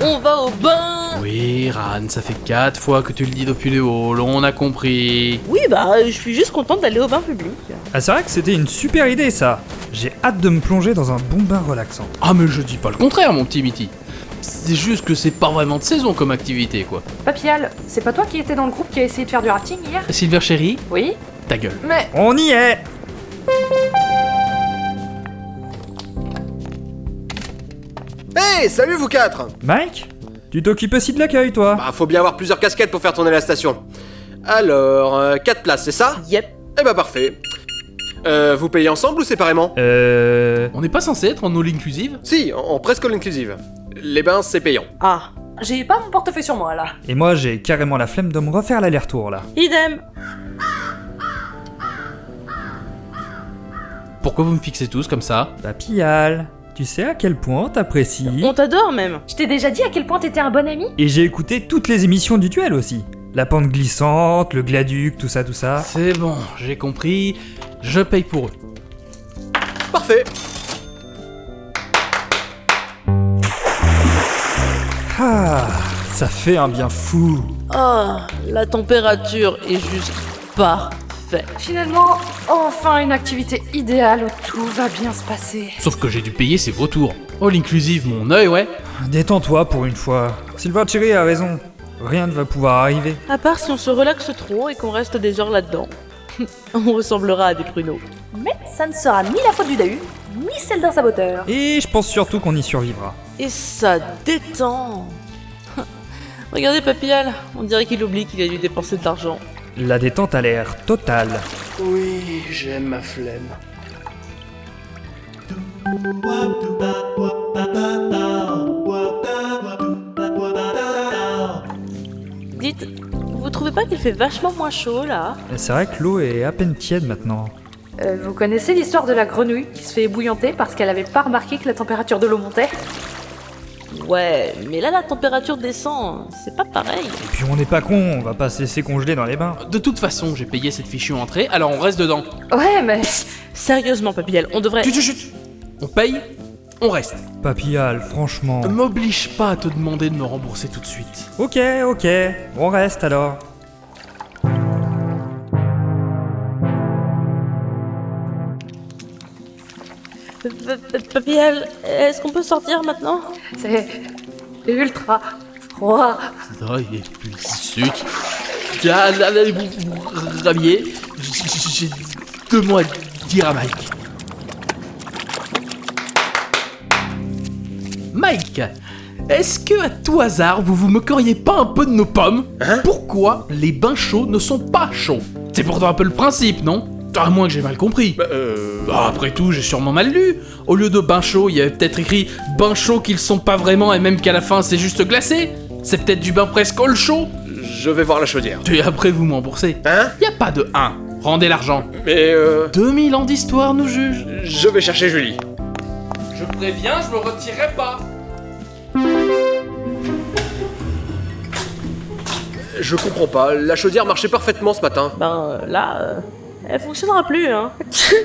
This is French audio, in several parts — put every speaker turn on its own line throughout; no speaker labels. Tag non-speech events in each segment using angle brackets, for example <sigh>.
On va au bain
Oui, Ran, ça fait quatre fois que tu le dis depuis le hall, on a compris.
Oui, bah, je suis juste contente d'aller au bain public.
Ah, c'est vrai que c'était une super idée ça J'ai hâte de me plonger dans un bon bain relaxant.
Ah, mais je dis pas le contraire, mon petit Mitty. C'est juste que c'est pas vraiment de saison comme activité, quoi.
Papial, c'est pas toi qui étais dans le groupe qui a essayé de faire du rafting hier
Silver Chéri,
Oui
ta gueule.
Mais
On y est
Hey, salut vous quatre
Mike Tu t'occupes aussi de l'accueil toi
Bah, faut bien avoir plusieurs casquettes pour faire tourner la station. Alors, 4 places, c'est ça
Yep.
Eh bah, parfait. Euh, vous payez ensemble ou séparément
Euh.
On n'est pas censé être en all inclusive
Si, en, en presque all inclusive. Les bains, c'est payant.
Ah,
j'ai pas mon portefeuille sur moi là.
Et moi j'ai carrément la flemme de me refaire l'aller-retour là.
idem.
Pourquoi vous me fixez tous comme ça
Papial, tu sais à quel point on t'apprécie
On t'adore même.
Je t'ai déjà dit à quel point t'étais un bon ami
Et j'ai écouté toutes les émissions du duel aussi. La pente glissante, le gladuc, tout ça, tout ça.
C'est bon, j'ai compris, je paye pour eux.
Parfait.
Ah, ça fait un bien fou.
Ah, la température est juste parfaite.
Finalement, enfin une activité idéale où tout va bien se passer.
Sauf que j'ai dû payer ces vautours. All inclusive, mon œil, ouais.
Détends-toi pour une fois. Silver Cherry a raison. Rien ne va pouvoir arriver.
À part si on se relaxe trop et qu'on reste des heures là-dedans. <laughs> on ressemblera à des pruneaux.
Mais ça ne sera ni la faute du Dahu, ni celle d'un saboteur.
Et je pense surtout qu'on y survivra.
Et ça détend. <laughs> Regardez Papillal, on dirait qu'il oublie qu'il a dû dépenser de l'argent.
La détente a l'air totale.
Oui, j'aime ma flemme.
Dites, vous trouvez pas qu'il fait vachement moins chaud là
C'est vrai que l'eau est à peine tiède maintenant.
Euh, vous connaissez l'histoire de la grenouille qui se fait ébouillanter parce qu'elle avait pas remarqué que la température de l'eau montait
Ouais, mais là la température descend, c'est pas pareil.
Et puis on n'est pas con, on va pas se laisser congeler dans les bains.
De toute façon, j'ai payé cette fichue entrée, alors on reste dedans.
Ouais, mais.
Sérieusement Papillal, on devrait...
Chut, chut, chut. On paye, on reste.
Papillal, franchement.
M'oblige pas à te demander de me rembourser tout de suite.
Ok, ok, on reste alors.
Papillal, est-ce qu'on peut sortir maintenant
C'est. ultra froid.
Drogue et puis sucre. Tiens, là, là, vous vous rhabillez. J- j- J'ai deux mots à dire à Mike. Mike, est-ce que à tout hasard vous vous moqueriez pas un peu de nos pommes Pourquoi les bains chauds ne sont pas chauds C'est pourtant un peu le principe, non À moins que j'ai mal compris.
Bah, euh.
Bah, après tout, j'ai sûrement mal lu. Au lieu de bain chaud, il y avait peut-être écrit bain chaud qu'ils sont pas vraiment et même qu'à la fin c'est juste glacé. C'est peut-être du bain presque all chaud.
Je vais voir la chaudière.
Et après vous me remboursez.
Hein
Y a pas de 1. Rendez l'argent.
Mais euh.
2000 ans d'histoire nous jugent.
Je vais chercher Julie.
Je préviens, je me retirerai pas.
Je comprends pas, la chaudière marchait parfaitement ce matin.
Ben euh, là, euh, elle fonctionnera plus hein.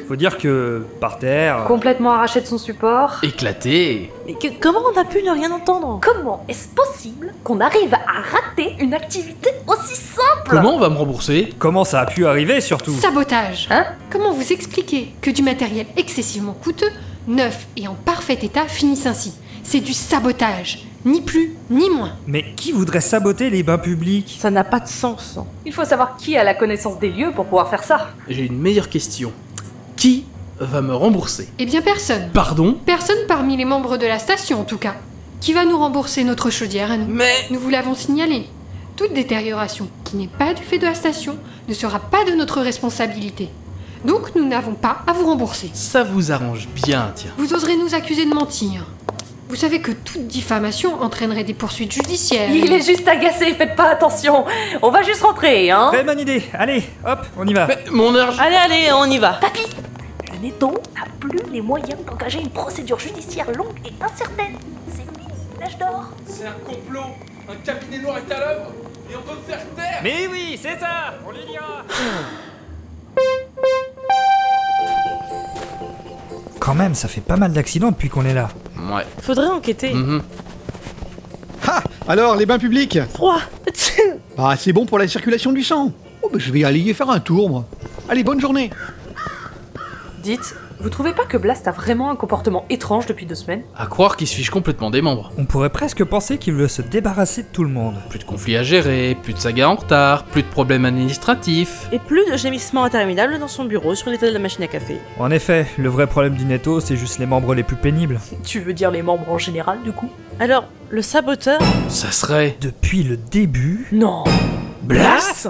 Faut dire que par terre.
Complètement arraché de son support.
Éclaté.
Mais que- comment on a pu ne rien entendre
Comment est-ce possible qu'on arrive à rater une activité aussi simple
Comment on va me rembourser
Comment ça a pu arriver surtout
Sabotage
Hein
Comment vous expliquer que du matériel excessivement coûteux, neuf et en parfait état finisse ainsi C'est du sabotage, ni plus ni moins.
Mais qui voudrait saboter les bains publics
Ça n'a pas de sens. hein.
Il faut savoir qui a la connaissance des lieux pour pouvoir faire ça.
J'ai une meilleure question. Qui va me rembourser
Eh bien personne.
Pardon
Personne parmi les membres de la station en tout cas. Qui va nous rembourser notre chaudière à nous
Mais
Nous vous l'avons signalé. Toute détérioration qui n'est pas du fait de la station ne sera pas de notre responsabilité. Donc nous n'avons pas à vous rembourser.
ça vous arrange bien, tiens.
Vous oserez nous accuser de mentir. Vous savez que toute diffamation entraînerait des poursuites judiciaires.
Il est juste agacé, faites pas attention. On va juste rentrer, hein.
Très Eh, bonne idée, allez, hop, on y va.
Mais mon argent.
Allez, allez, on y va.
Le Netton n'a plus les moyens d'engager une procédure judiciaire longue et incertaine. C'est fini, l'âge d'or.
C'est un complot. Un cabinet noir est à l'œuvre. Et on veut me faire taire.
Mais oui, c'est ça, on lui dira. Quand même, ça fait pas mal d'accidents depuis qu'on est là.
Ouais.
Faudrait enquêter.
Mhm.
Ha
Mm-hmm. Alors, les bains publics
Froid <laughs>
Bah, c'est bon pour la circulation du sang. Oh, bah, je vais aller y faire un tour, moi. Allez, bonne journée.
Dites, vous trouvez pas que Blast a vraiment un comportement étrange depuis deux semaines
À croire qu'il se fiche complètement des membres.
On pourrait presque penser qu'il veut se débarrasser de tout le monde.
Plus de conflits à gérer, plus de sagas en retard, plus de problèmes administratifs.
Et plus de gémissements interminables dans son bureau sur l'état de la machine à café.
En effet, le vrai problème du netto, c'est juste les membres les plus pénibles.
Tu veux dire les membres en général, du coup
Alors, le saboteur
Ça serait.
Depuis le début...
Non
Blast